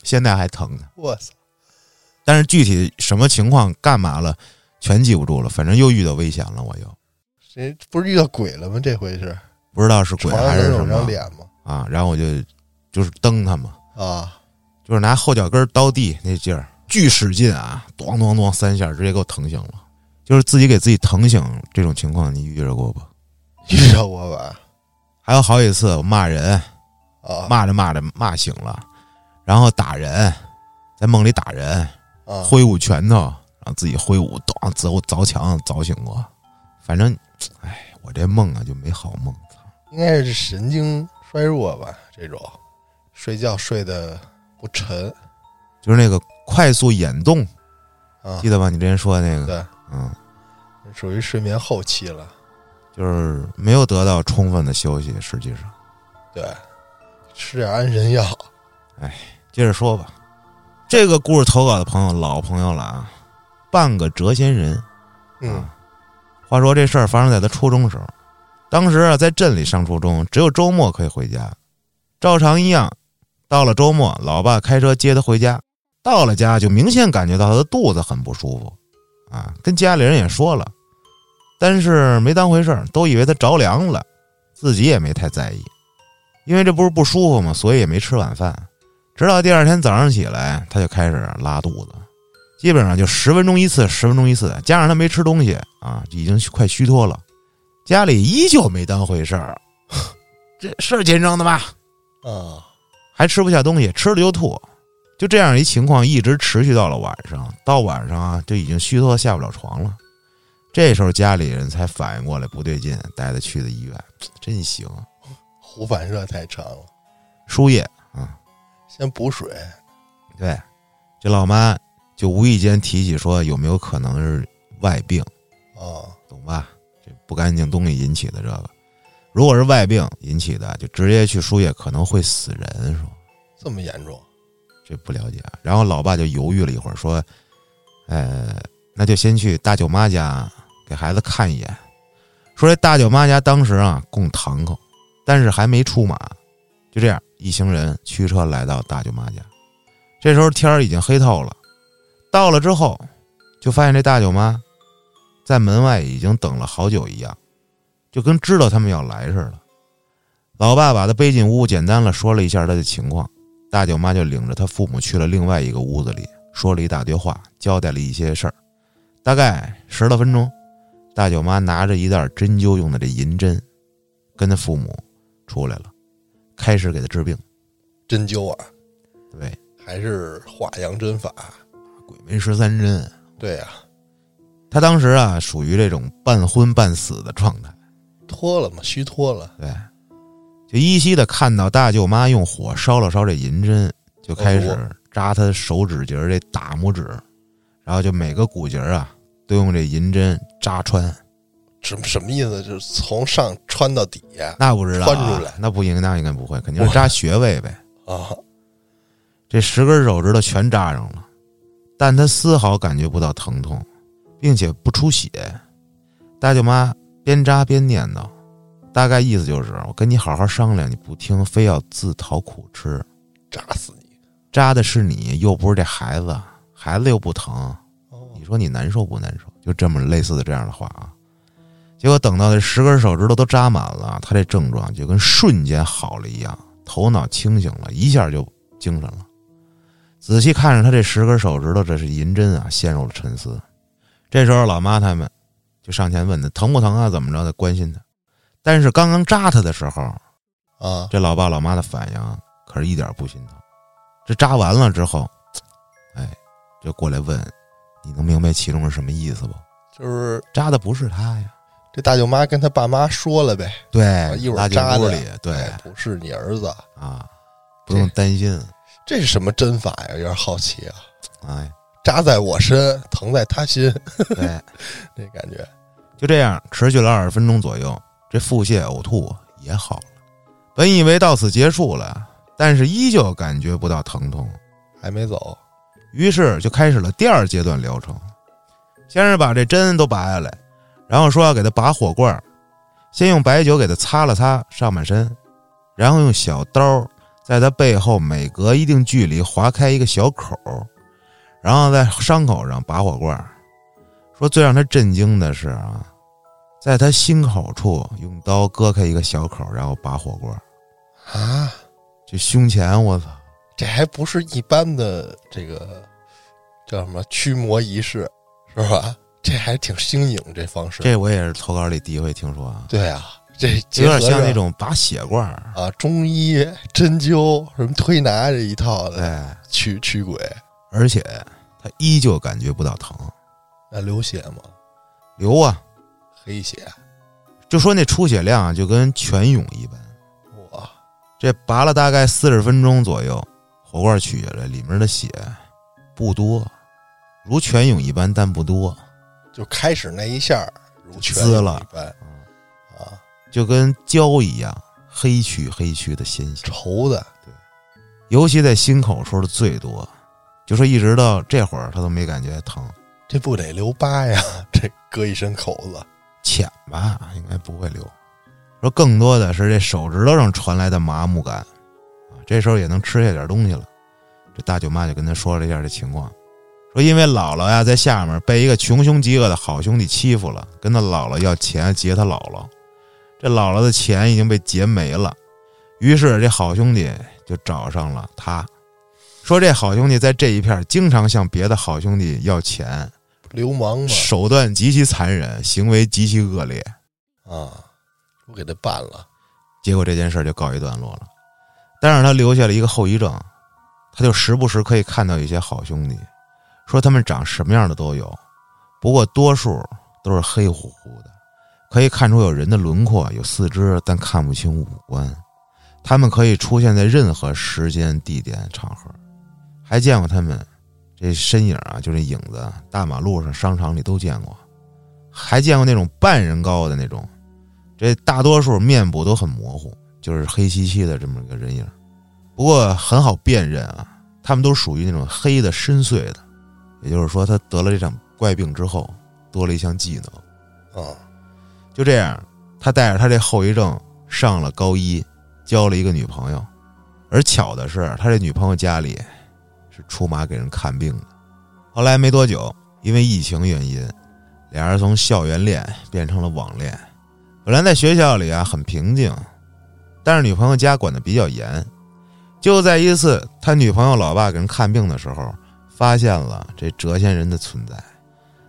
[SPEAKER 3] 现在还疼呢。
[SPEAKER 1] 我操！
[SPEAKER 3] 但是具体什么情况干嘛了，全记不住了，反正又遇到危险了，我又
[SPEAKER 1] 这不是遇到鬼了吗？这回是
[SPEAKER 3] 不知道是鬼
[SPEAKER 1] 床上
[SPEAKER 3] 还是
[SPEAKER 1] 能
[SPEAKER 3] 什
[SPEAKER 1] 有张
[SPEAKER 3] 么
[SPEAKER 1] 脸吗？
[SPEAKER 3] 啊。然后我就就是蹬他嘛， <laughs>
[SPEAKER 1] 啊
[SPEAKER 3] 就是拿后脚跟蹬地那劲儿，巨使劲啊，咚咚咚三下，直接给我疼醒了。就是自己给自己疼醒这种情况，你遇着过吧？
[SPEAKER 1] 遇到我吧
[SPEAKER 3] 还有好几次我骂人，
[SPEAKER 1] 啊
[SPEAKER 3] 骂着骂着骂醒了，然后打人，在梦里打人，
[SPEAKER 1] 啊！
[SPEAKER 3] 挥舞拳头，然后自己挥舞，咚凿凿墙，凿醒我。反正，哎，我这梦啊就没好梦。操
[SPEAKER 1] 应该是神经衰弱吧？这种睡觉睡得不沉
[SPEAKER 3] 就是那个快速眼动，
[SPEAKER 1] 啊
[SPEAKER 3] 记，得吧？你之前说的那个，
[SPEAKER 1] 对，
[SPEAKER 3] 嗯，
[SPEAKER 1] 属于睡眠后期了。
[SPEAKER 3] 就是没有得到充分的休息。实际上，
[SPEAKER 1] 对，吃点安神药
[SPEAKER 3] 接着说吧。这个故事投稿的朋友，老朋友了啊，半个谪仙人。
[SPEAKER 1] 嗯
[SPEAKER 3] 话说这事儿发生在他初中时候，当时啊在镇里上初中，只有周末可以回家。照常一样，到了周末，老爸开车接他回家。到了家就明显感觉到他的肚子很不舒服，啊，跟家里人也说了，但是没当回事儿，都以为他着凉了，自己也没太在意，因为这不是不舒服嘛，所以也没吃晚饭。直到第二天早上起来，他就开始拉肚子，基本上就十分钟一次，十分钟一次，加上他没吃东西啊，已经快虚脱了。家里依旧没当回事儿， <laughs> 这事儿紧张的吧？嗯
[SPEAKER 1] 啊
[SPEAKER 3] 还吃不下东西，吃了就吐，就这样一情况一直持续到了晚上。到晚上啊，就已经虚脱得下不了床了。这时候家里人才反应过来不对劲，带他去的医院，真行，
[SPEAKER 1] 胡反射太长了，
[SPEAKER 3] 输液啊、
[SPEAKER 1] 先补水
[SPEAKER 3] 对，这老妈就无意间提起说，有没有可能是外病？
[SPEAKER 1] 啊
[SPEAKER 3] 懂吧？这不干净东西引起的这个，如果是外病引起的，就直接去输液可能会死人。说
[SPEAKER 1] 这么严重
[SPEAKER 3] 这不了解啊。然后老爸就犹豫了一会儿，说：“呃，那就先去大舅妈家给孩子看一眼。”说这大舅妈家当时啊供堂口，但是还没出马。就这样，一行人驱车来到大舅妈家。这时候天儿已经黑透了。到了之后，就发现这大舅妈在门外已经等了好久一样，就跟知道他们要来似的。老爸把他背进屋，简单了说了一下他的情况。大舅妈就领着他父母去了另外一个屋子里，说了一大堆话，交代了一些事儿。大概十来分钟，大舅妈拿着一袋针灸用的这银针，跟他父母出来了，开始给他治病。
[SPEAKER 1] 针灸啊，
[SPEAKER 3] 对，
[SPEAKER 1] 还是化阳针法？
[SPEAKER 3] 鬼门十三针。
[SPEAKER 1] 对呀、
[SPEAKER 3] 他当时啊，属于这种半昏半死的状态。
[SPEAKER 1] 脱了嘛，虚脱了，
[SPEAKER 3] 对，就依稀的看到大舅妈用火烧了烧这银针，就
[SPEAKER 1] 哦
[SPEAKER 3] 开始扎他手指节儿这大拇指，然后就每个骨节儿啊都用这银针扎穿，
[SPEAKER 1] 什么什么意思？就是从上穿到底下
[SPEAKER 3] 那不知道、啊、
[SPEAKER 1] 穿出来
[SPEAKER 3] 那不应那应该不会，肯定是扎穴位呗。
[SPEAKER 1] 啊？
[SPEAKER 3] 这十根手指头全扎上了，但他丝毫感觉不到疼痛，并且不出血。大舅妈边扎边念叨，大概意思就是我跟你好好商量，你不听，非要自讨苦吃。
[SPEAKER 1] 扎死你！
[SPEAKER 3] 扎的是你，又不是这孩子，孩子又不疼，
[SPEAKER 1] 哦
[SPEAKER 3] 你说你难受不难受？就这么类似的这样的话啊。结果等到这十根手指头都扎满了，他这症状就跟瞬间好了一样，头脑清醒了，一下就精神了。仔细看着他这十根手指头，这是银针啊，陷入了沉思。这时候老妈他们就上前问他疼不疼啊，怎么着的关心他。但是刚刚扎他的时候，
[SPEAKER 1] 啊！
[SPEAKER 3] 这老爸老妈的反应啊可是一点不心疼。这扎完了之后，哎，就过来问，你能明白其中是什么意思不？
[SPEAKER 1] 就是
[SPEAKER 3] 扎的不是他呀，
[SPEAKER 1] 这大舅妈跟她爸妈说了呗，
[SPEAKER 3] 对，
[SPEAKER 1] 啊一会
[SPEAKER 3] 拉
[SPEAKER 1] 儿
[SPEAKER 3] 进
[SPEAKER 1] 扎
[SPEAKER 3] 屋
[SPEAKER 1] 的
[SPEAKER 3] 里，对
[SPEAKER 1] 哎不是你儿子，
[SPEAKER 3] 啊，不用担心，
[SPEAKER 1] 这是什么针法呀？有点好奇啊！
[SPEAKER 3] 哎，
[SPEAKER 1] 扎在我身，疼在他心， <laughs>
[SPEAKER 3] 对，
[SPEAKER 1] 那感觉
[SPEAKER 3] 就这样持续了二十分钟左右，这腹泻呕吐也好了。本以为到此结束了，但是依旧感觉不到疼痛，
[SPEAKER 1] 还没走，
[SPEAKER 3] 于是就开始了第二阶段疗程。先是把这针都拔下来，然后说要给他拔火罐儿，先用白酒给他擦了擦上半身，然后用小刀在他背后每隔一定距离划开一个小口儿，然后在伤口上拔火罐儿。说最让他震惊的是啊，在他心口处用刀割开一个小口儿，然后拔火罐儿，
[SPEAKER 1] 啊！
[SPEAKER 3] 就胸前，我操！
[SPEAKER 1] 这还不是一般的这个叫什么驱魔仪式，是吧？这还挺新颖，这方式。
[SPEAKER 3] 这我也是投稿里第一回听说啊，
[SPEAKER 1] 对啊，这
[SPEAKER 3] 有
[SPEAKER 1] 结合
[SPEAKER 3] 点像
[SPEAKER 1] 着
[SPEAKER 3] 那种拔血罐儿。
[SPEAKER 1] 啊中医针灸什么推拿这一套的
[SPEAKER 3] 对，
[SPEAKER 1] 驱驱鬼，
[SPEAKER 3] 而且他依旧感觉不到疼，
[SPEAKER 1] 那流血吗？
[SPEAKER 3] 流啊，
[SPEAKER 1] 黑血，
[SPEAKER 3] 就说那出血量啊就跟泉涌一般。
[SPEAKER 1] 哇，
[SPEAKER 3] 这拔了大概四十分钟左右，火罐取下来，里面的血不多，如泉涌一般，但不多，
[SPEAKER 1] 就开始那一下如泉
[SPEAKER 3] 滋了
[SPEAKER 1] 一般
[SPEAKER 3] 嗯
[SPEAKER 1] 啊，
[SPEAKER 3] 就跟胶一样，黑黢黑黢的鲜血，
[SPEAKER 1] 稠的
[SPEAKER 3] 尤其在心口说的最多。就说一直到这会儿，他都没感觉疼，
[SPEAKER 1] 这不得留疤呀？ <laughs> 这割一身口子，
[SPEAKER 3] 浅吧，应该不会流。说更多的是这手指头上传来的麻木感，啊，这时候也能吃下点东西了。这大舅妈就跟他说了一下这情况，说因为姥姥呀在下面被一个穷凶极恶的好兄弟欺负了，跟他姥姥要钱劫他姥姥，这姥姥的钱已经被劫没了，于是这好兄弟就找上了他，说这好兄弟在这一片儿经常向别的好兄弟要钱，
[SPEAKER 1] 流氓嘛
[SPEAKER 3] 手段极其残忍，行为极其恶劣。
[SPEAKER 1] 啊，我给他办了，
[SPEAKER 3] 结果这件事儿就告一段落了。但是他留下了一个后遗症，他就时不时可以看到一些好兄弟，说他们长什么样的都有，不过多数都是黑乎乎的，可以看出有人的轮廓、有四肢，但看不清五官。他们可以出现在任何时间、地点、场合，还见过他们这身影啊，就这影子，大马路上、商场里都见过，还见过那种半人高的那种，这大多数面部都很模糊，就是黑漆漆的这么一个人影，不过很好辨认啊。他们都属于那种黑的深邃的，也就是说，他得了这场怪病之后，多了一项技能。
[SPEAKER 1] 啊，
[SPEAKER 3] 就这样，他带着他这后遗症上了高一，交了一个女朋友。而巧的是，他这女朋友家里是出马给人看病的。后来没多久，因为疫情原因，俩人从校园恋变成了网恋。本来在学校里啊很平静，但是女朋友家管得比较严。就在一次他女朋友老爸给人看病的时候，发现了这谪仙人的存在。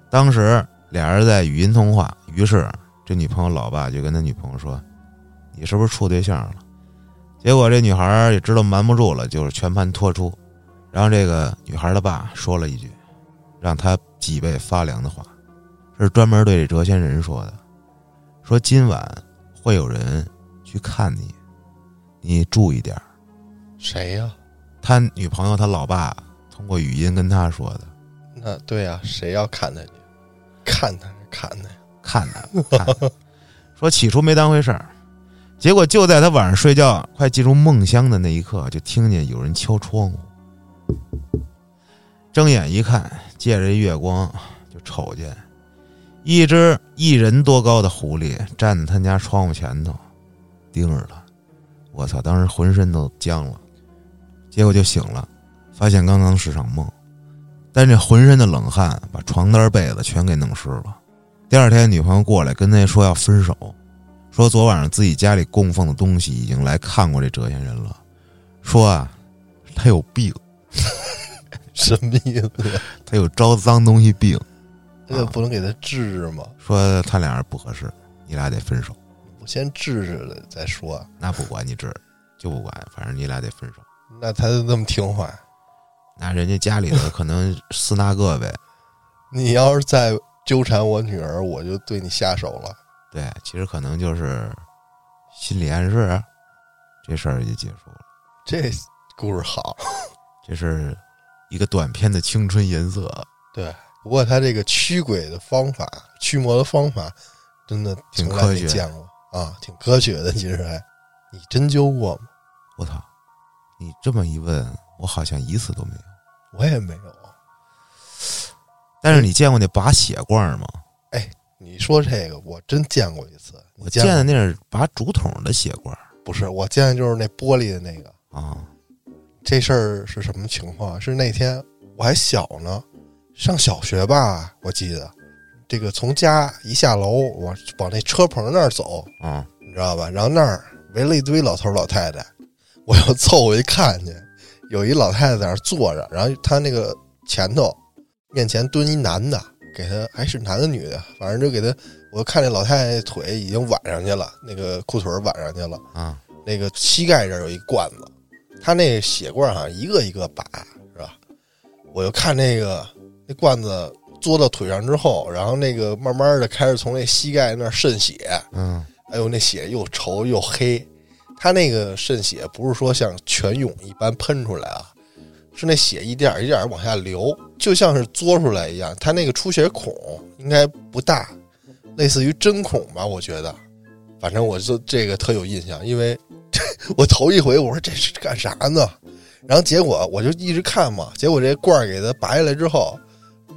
[SPEAKER 3] 当时俩人在语音通话，于是这女朋友老爸就跟他女朋友说：“你是不是处对象了？”结果这女孩儿也知道瞒不住了，就是全盘托出。然后这个女孩儿的爸说了一句让她脊背发凉的话，是专门对这谪仙人说的：“说今晚会有人去看你，你注意点儿。
[SPEAKER 1] 谁呀、”
[SPEAKER 3] 他女朋友他老爸通过语音跟他说的。
[SPEAKER 1] 那对呀、谁要看他去？看他看他， <laughs>
[SPEAKER 3] 看他，看他 <laughs> 说起初没当回事儿，结果就在他晚上睡觉快进入梦乡的那一刻，就听见有人敲窗户。睁眼一看，借着月光就瞅见一只一人多高的狐狸站在他家窗户前头，盯着他。我操！当时浑身都僵了，结果就醒了，发现刚刚是场梦，但这浑身的冷汗把床单被子全给弄湿了。第二天，女朋友过来跟他说要分手，说昨晚上自己家里供奉的东西已经来看过这哲仙人了，说啊，他有病，
[SPEAKER 1] 什么意
[SPEAKER 3] <laughs>
[SPEAKER 1] 思？
[SPEAKER 3] 他有招脏东西病，
[SPEAKER 1] 那不能给他治吗？
[SPEAKER 3] 说他俩人不合适，你俩得分手。
[SPEAKER 1] 我先治治了再说。
[SPEAKER 3] 那不管你治，就不管，反正你俩得分手。
[SPEAKER 1] 那他就那么听话，
[SPEAKER 3] 那人家家里头可能四那个呗， <laughs>
[SPEAKER 1] 你要是再纠缠我女儿，我就对你下手了。
[SPEAKER 3] 对，其实可能就是心理暗示，啊这事儿也结束了。
[SPEAKER 1] 这故事好，
[SPEAKER 3] 这是一个短片的青春颜色，啊
[SPEAKER 1] 对。不过他这个驱鬼的方法、驱魔的方法，真的
[SPEAKER 3] 挺
[SPEAKER 1] 从
[SPEAKER 3] 科
[SPEAKER 1] 来没
[SPEAKER 3] 学
[SPEAKER 1] 见过啊，挺科学的。其实还，你针灸过吗？
[SPEAKER 3] 我操！你这么一问，我好像一次都没有。
[SPEAKER 1] 我也没有。
[SPEAKER 3] 但是你见过那拔血罐吗？
[SPEAKER 1] 你说这个，我真见过一次。你
[SPEAKER 3] 我
[SPEAKER 1] 见
[SPEAKER 3] 见
[SPEAKER 1] 过
[SPEAKER 3] 的那是拔竹筒的血罐
[SPEAKER 1] 不是，我见的就是那玻璃的那个。
[SPEAKER 3] 啊，
[SPEAKER 1] 这事儿是什么情况？是那天我还小呢，上小学吧，我记得。这个从家一下楼，我往那车棚那儿走，
[SPEAKER 3] 啊，
[SPEAKER 1] 你知道吧？然后那儿围了一堆老头老太 <laughs> 太，我又凑过去看去，有一老太太在那儿坐着，然后她那个前头面前蹲一男的，给她还是男的女的，反正就给她，我看那老太太腿已经挽上去了，那个裤腿儿挽上去了，
[SPEAKER 3] 啊，
[SPEAKER 1] 那个膝盖这儿有一罐子，她那血罐好像一个一个拔，是吧？我就看那个那罐子嘬到腿上之后，然后那个慢慢的开始从那膝盖那儿渗血，
[SPEAKER 3] 嗯，
[SPEAKER 1] 哎呦，那血又稠又黑。他那个渗血不是说像泉涌一般喷出来啊，是那血一点儿一点儿往下流，就像是嘬出来一样。他那个出血孔应该不大，类似于针孔吧，我觉得。反正我就这个特有印象，因为 <laughs> 我头一回我说这是干啥呢？然后结果我就一直看嘛，结果这罐儿给他拔下来之后，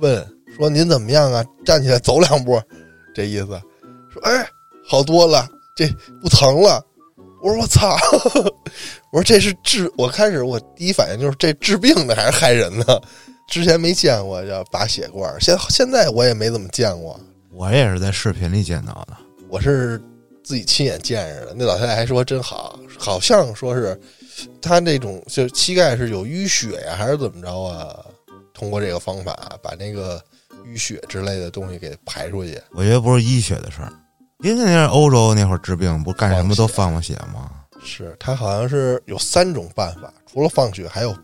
[SPEAKER 1] 问说您怎么样啊？站起来走两步，这意思。说哎，好多了，这不疼了。我说我操， <laughs> 我说这是治，我开始我第一反应就是这治病的还是害人的，之前没见过叫拔血罐，现现在我也没怎么见过，
[SPEAKER 3] 我也是在视频里见到的，
[SPEAKER 1] 我是自己亲眼见着的。那老太太还说真好，好像说是她那种就膝盖是有淤血呀、还是怎么着啊？通过这个方法把那个淤血之类的东西给排出去。
[SPEAKER 3] 我觉得不是医学的事儿，因为那是欧洲那会儿治病，不干什么都放过血吗？
[SPEAKER 1] 是他好像是有三种办法，除了放血还有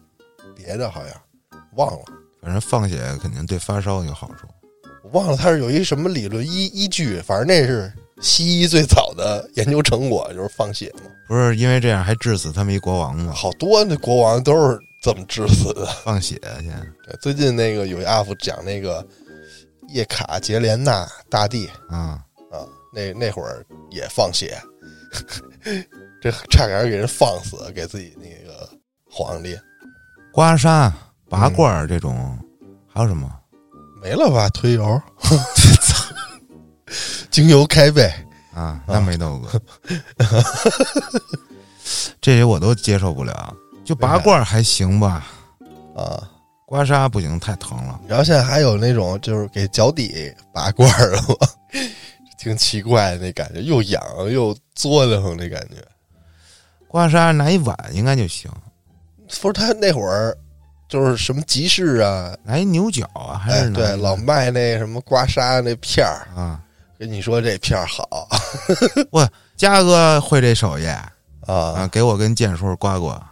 [SPEAKER 1] 别的，好像忘了，
[SPEAKER 3] 反正放血肯定对发烧有好处。
[SPEAKER 1] 我忘了他是有一什么理论依依据，反正那是西医最早的研究成果，就是放血嘛。
[SPEAKER 3] 不是因为这样还致死他们一国王吗？
[SPEAKER 1] 好多那国王都是这么致死的。
[SPEAKER 3] 放血先
[SPEAKER 1] 对，最近那个有一 UP 讲那个叶卡捷莲娜大帝
[SPEAKER 3] 啊，
[SPEAKER 1] 啊，那那会儿也放血， <laughs> 这差点给人放死，给自己那个皇帝
[SPEAKER 3] 刮痧、拔罐儿这种，还有什么？
[SPEAKER 1] 没了吧？推油， <laughs> 精油开背，
[SPEAKER 3] 啊，那没弄过， <laughs> 这些我都接受不了。就拔罐儿还行吧，
[SPEAKER 1] 啊，
[SPEAKER 3] 刮痧不行，太疼了。
[SPEAKER 1] 然后现在还有那种就是给脚底拔罐儿了吗？ <laughs> 挺奇怪的那感觉，又痒又作的慌那感觉。
[SPEAKER 3] 刮痧拿一碗应该就行，
[SPEAKER 1] 不是他那会儿就是什么集市啊，
[SPEAKER 3] 拿一牛角啊，还
[SPEAKER 1] 哎
[SPEAKER 3] 是，拿
[SPEAKER 1] 对，老卖那什么刮痧那片儿，
[SPEAKER 3] 啊。
[SPEAKER 1] 跟你说这片儿好
[SPEAKER 3] 我嘉哥会这手艺啊，
[SPEAKER 1] 啊，
[SPEAKER 3] 给我跟建叔刮过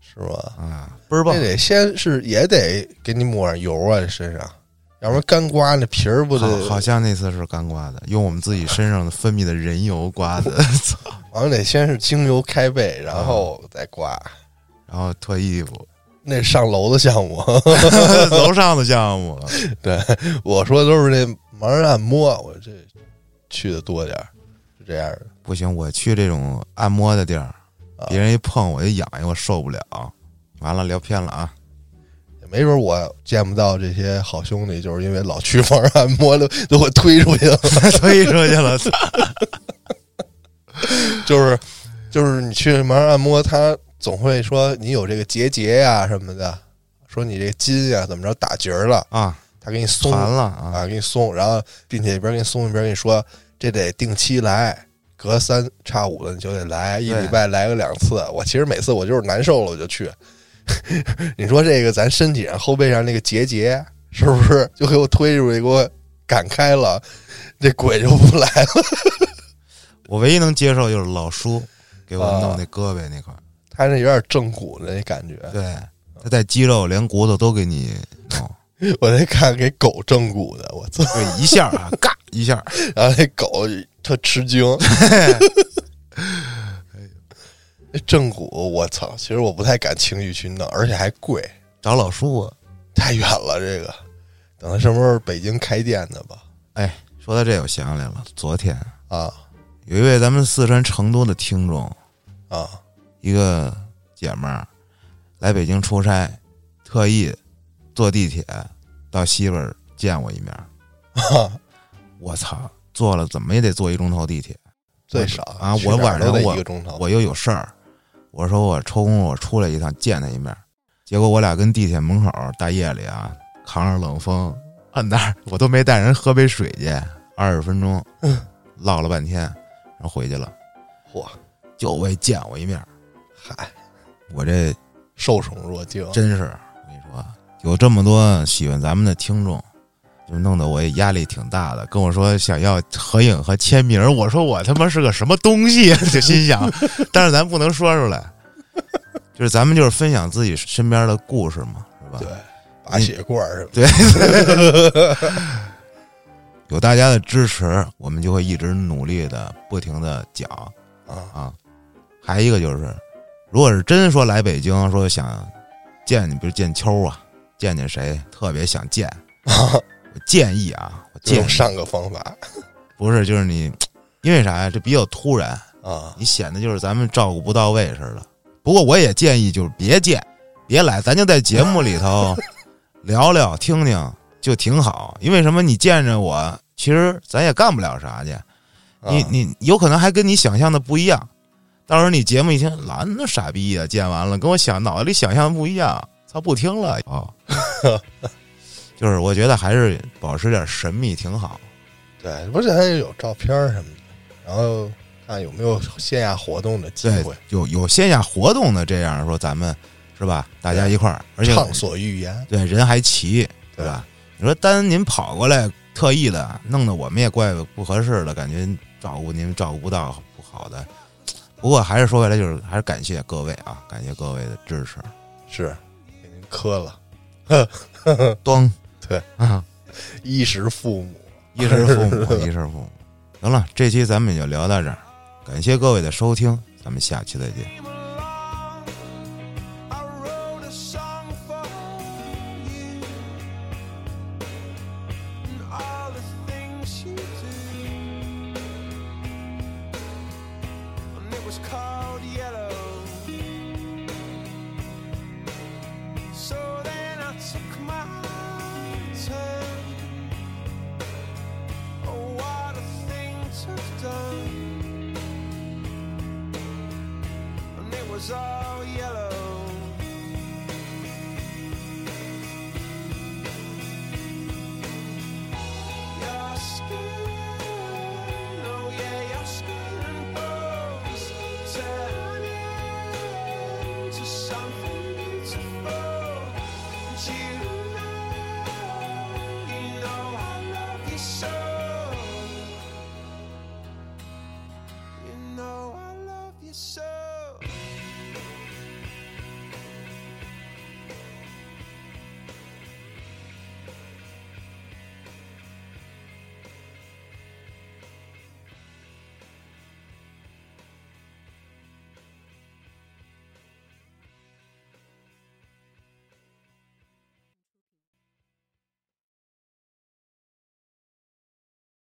[SPEAKER 1] 是吧？
[SPEAKER 3] 啊，倍儿棒
[SPEAKER 1] 这。得先是也得给你抹上油啊，这身上，要不然干刮那皮儿不得
[SPEAKER 3] 好，好像那次是干刮的，用我们自己身上的分泌的人油刮的， <laughs> 操
[SPEAKER 1] 好像得先是精油开背，然后再刮。
[SPEAKER 3] 然后脱衣服， <laughs>
[SPEAKER 1] 那上楼的项目， <laughs>
[SPEAKER 3] 楼上的项目，啊
[SPEAKER 1] 对我说都是那盲人按摩，我这去的多点儿，是这样的。
[SPEAKER 3] 不行，我去这种按摩的地儿，
[SPEAKER 1] 啊
[SPEAKER 3] 别人一碰我就痒痒，我受不了。完了，聊偏了啊！
[SPEAKER 1] 也没准我见不到这些好兄弟，就是因为老去盲人按摩都都给我推出去了。 <laughs>
[SPEAKER 3] 推出去了，操
[SPEAKER 1] 就是就是你去盲人按摩，他总会说你有这个结节呀、什么的，说你这个筋呀、怎么着打结儿了，
[SPEAKER 3] 啊，
[SPEAKER 1] 他给你松
[SPEAKER 3] 传了啊！
[SPEAKER 1] 啊，给你松，然后并且一边给你松一边给你说这得定期来。隔三差五的你就得来，一礼拜来个两次。我其实每次我就是难受了我就去。 <laughs> 你说这个咱身体上后背上那个结节是不是就给我推出去给我赶开了？这鬼就不来了。
[SPEAKER 3] 我唯一能接受就是老叔给我
[SPEAKER 1] 啊
[SPEAKER 3] 弄那胳膊那块儿，
[SPEAKER 1] 他那有点正骨的那感觉。
[SPEAKER 3] 对，他带肌肉连骨头都给你弄，
[SPEAKER 1] 我那看给狗正骨的，我操！
[SPEAKER 3] 对，一下啊，嘎一下，
[SPEAKER 1] 然后那狗特吃惊。 <laughs> 那正骨，我操！其实我不太敢轻易去弄，而且还贵，
[SPEAKER 3] 找老叔啊。
[SPEAKER 1] 太远了。这个，等他什么时候北京开店的吧？
[SPEAKER 3] 哎，说到这，我想起来了，昨天
[SPEAKER 1] 啊
[SPEAKER 3] 有一位咱们四川成都的听众，
[SPEAKER 1] 啊
[SPEAKER 3] 一个姐们儿来北京出差，特意坐地铁到西边儿见我一面儿。我操，坐了怎么也得坐一钟头地铁，
[SPEAKER 1] 最少
[SPEAKER 3] 啊
[SPEAKER 1] 去
[SPEAKER 3] 我
[SPEAKER 1] 哪儿
[SPEAKER 3] 晚上
[SPEAKER 1] 都得
[SPEAKER 3] 我
[SPEAKER 1] 一个钟头。
[SPEAKER 3] 我又有事儿，我说我抽空我出来一趟见他一面儿，结果我俩跟地铁门口大夜里啊扛着冷风摁那儿，我都没带人喝杯水去，二十分钟，唠了半天，然后回去了，
[SPEAKER 1] 嚯，
[SPEAKER 3] 就为见我一面儿，
[SPEAKER 1] 嗨，
[SPEAKER 3] 我这
[SPEAKER 1] 受宠若惊。
[SPEAKER 3] 真是，我跟你说，有这么多喜欢咱们的听众，就弄得我也压力挺大的。跟我说想要合影和签名，我说我他妈是个什么东西，啊 <laughs> 就心想，但是咱不能说出来，就是咱们就是分享自己身边的故事嘛，是吧？
[SPEAKER 1] 对，拔血罐儿什么的。
[SPEAKER 3] 对，有大家的支持，我们就会一直努力的、不停的讲
[SPEAKER 1] 啊
[SPEAKER 3] 啊。还一个就是，如果是真说来北京，说想见你，比如见秋啊，见见谁，特别
[SPEAKER 1] <laughs>
[SPEAKER 3] 想见，我建议啊，我
[SPEAKER 1] 就
[SPEAKER 3] 建
[SPEAKER 1] 用
[SPEAKER 3] 议
[SPEAKER 1] 上个方法
[SPEAKER 3] 不是就是你，因为啥呀？这比较突然，
[SPEAKER 1] 啊
[SPEAKER 3] 你显得就是咱们照顾不到位似的。不过我也建议就是别见，别来，咱就在节目
[SPEAKER 1] <laughs>
[SPEAKER 3] 里头聊聊听听就挺好。因为什么？你见着我，其实咱也干不了啥去。
[SPEAKER 1] 啊
[SPEAKER 3] 你你有可能还跟你想象的不一样。到时候你节目一听，老那傻逼呀、见完了跟我想脑子里想象不一样，操，不听了哦。
[SPEAKER 1] <laughs>
[SPEAKER 3] 就是我觉得还是保持点神秘挺好。
[SPEAKER 1] 对，不是还有照片儿什么的，然后看有没有线下活动的机
[SPEAKER 3] 对
[SPEAKER 1] 会，，
[SPEAKER 3] 有有线下活动的这样说，咱们是吧？大家一块儿，而且
[SPEAKER 1] 畅所欲言。
[SPEAKER 3] 对人还齐，对吧？你说单您跑过来特意的，弄得我们也怪不合适的，感觉照顾您照顾不到不好的。不过还是说回来，就是还是感谢各位啊，感谢各位的支持。
[SPEAKER 1] 是给您磕了，
[SPEAKER 3] 咣，
[SPEAKER 1] 对
[SPEAKER 3] 啊，
[SPEAKER 1] 衣食父母。
[SPEAKER 3] 衣食父母，衣食父母。行了，这期咱们也就聊到这儿，感谢各位的收听，咱们下期再见。
[SPEAKER 4] I wrote a song for you and all the things you do, and it was called Yellow. So then I took my turn. Oh, what a thing to have done, and it was all yellow. oh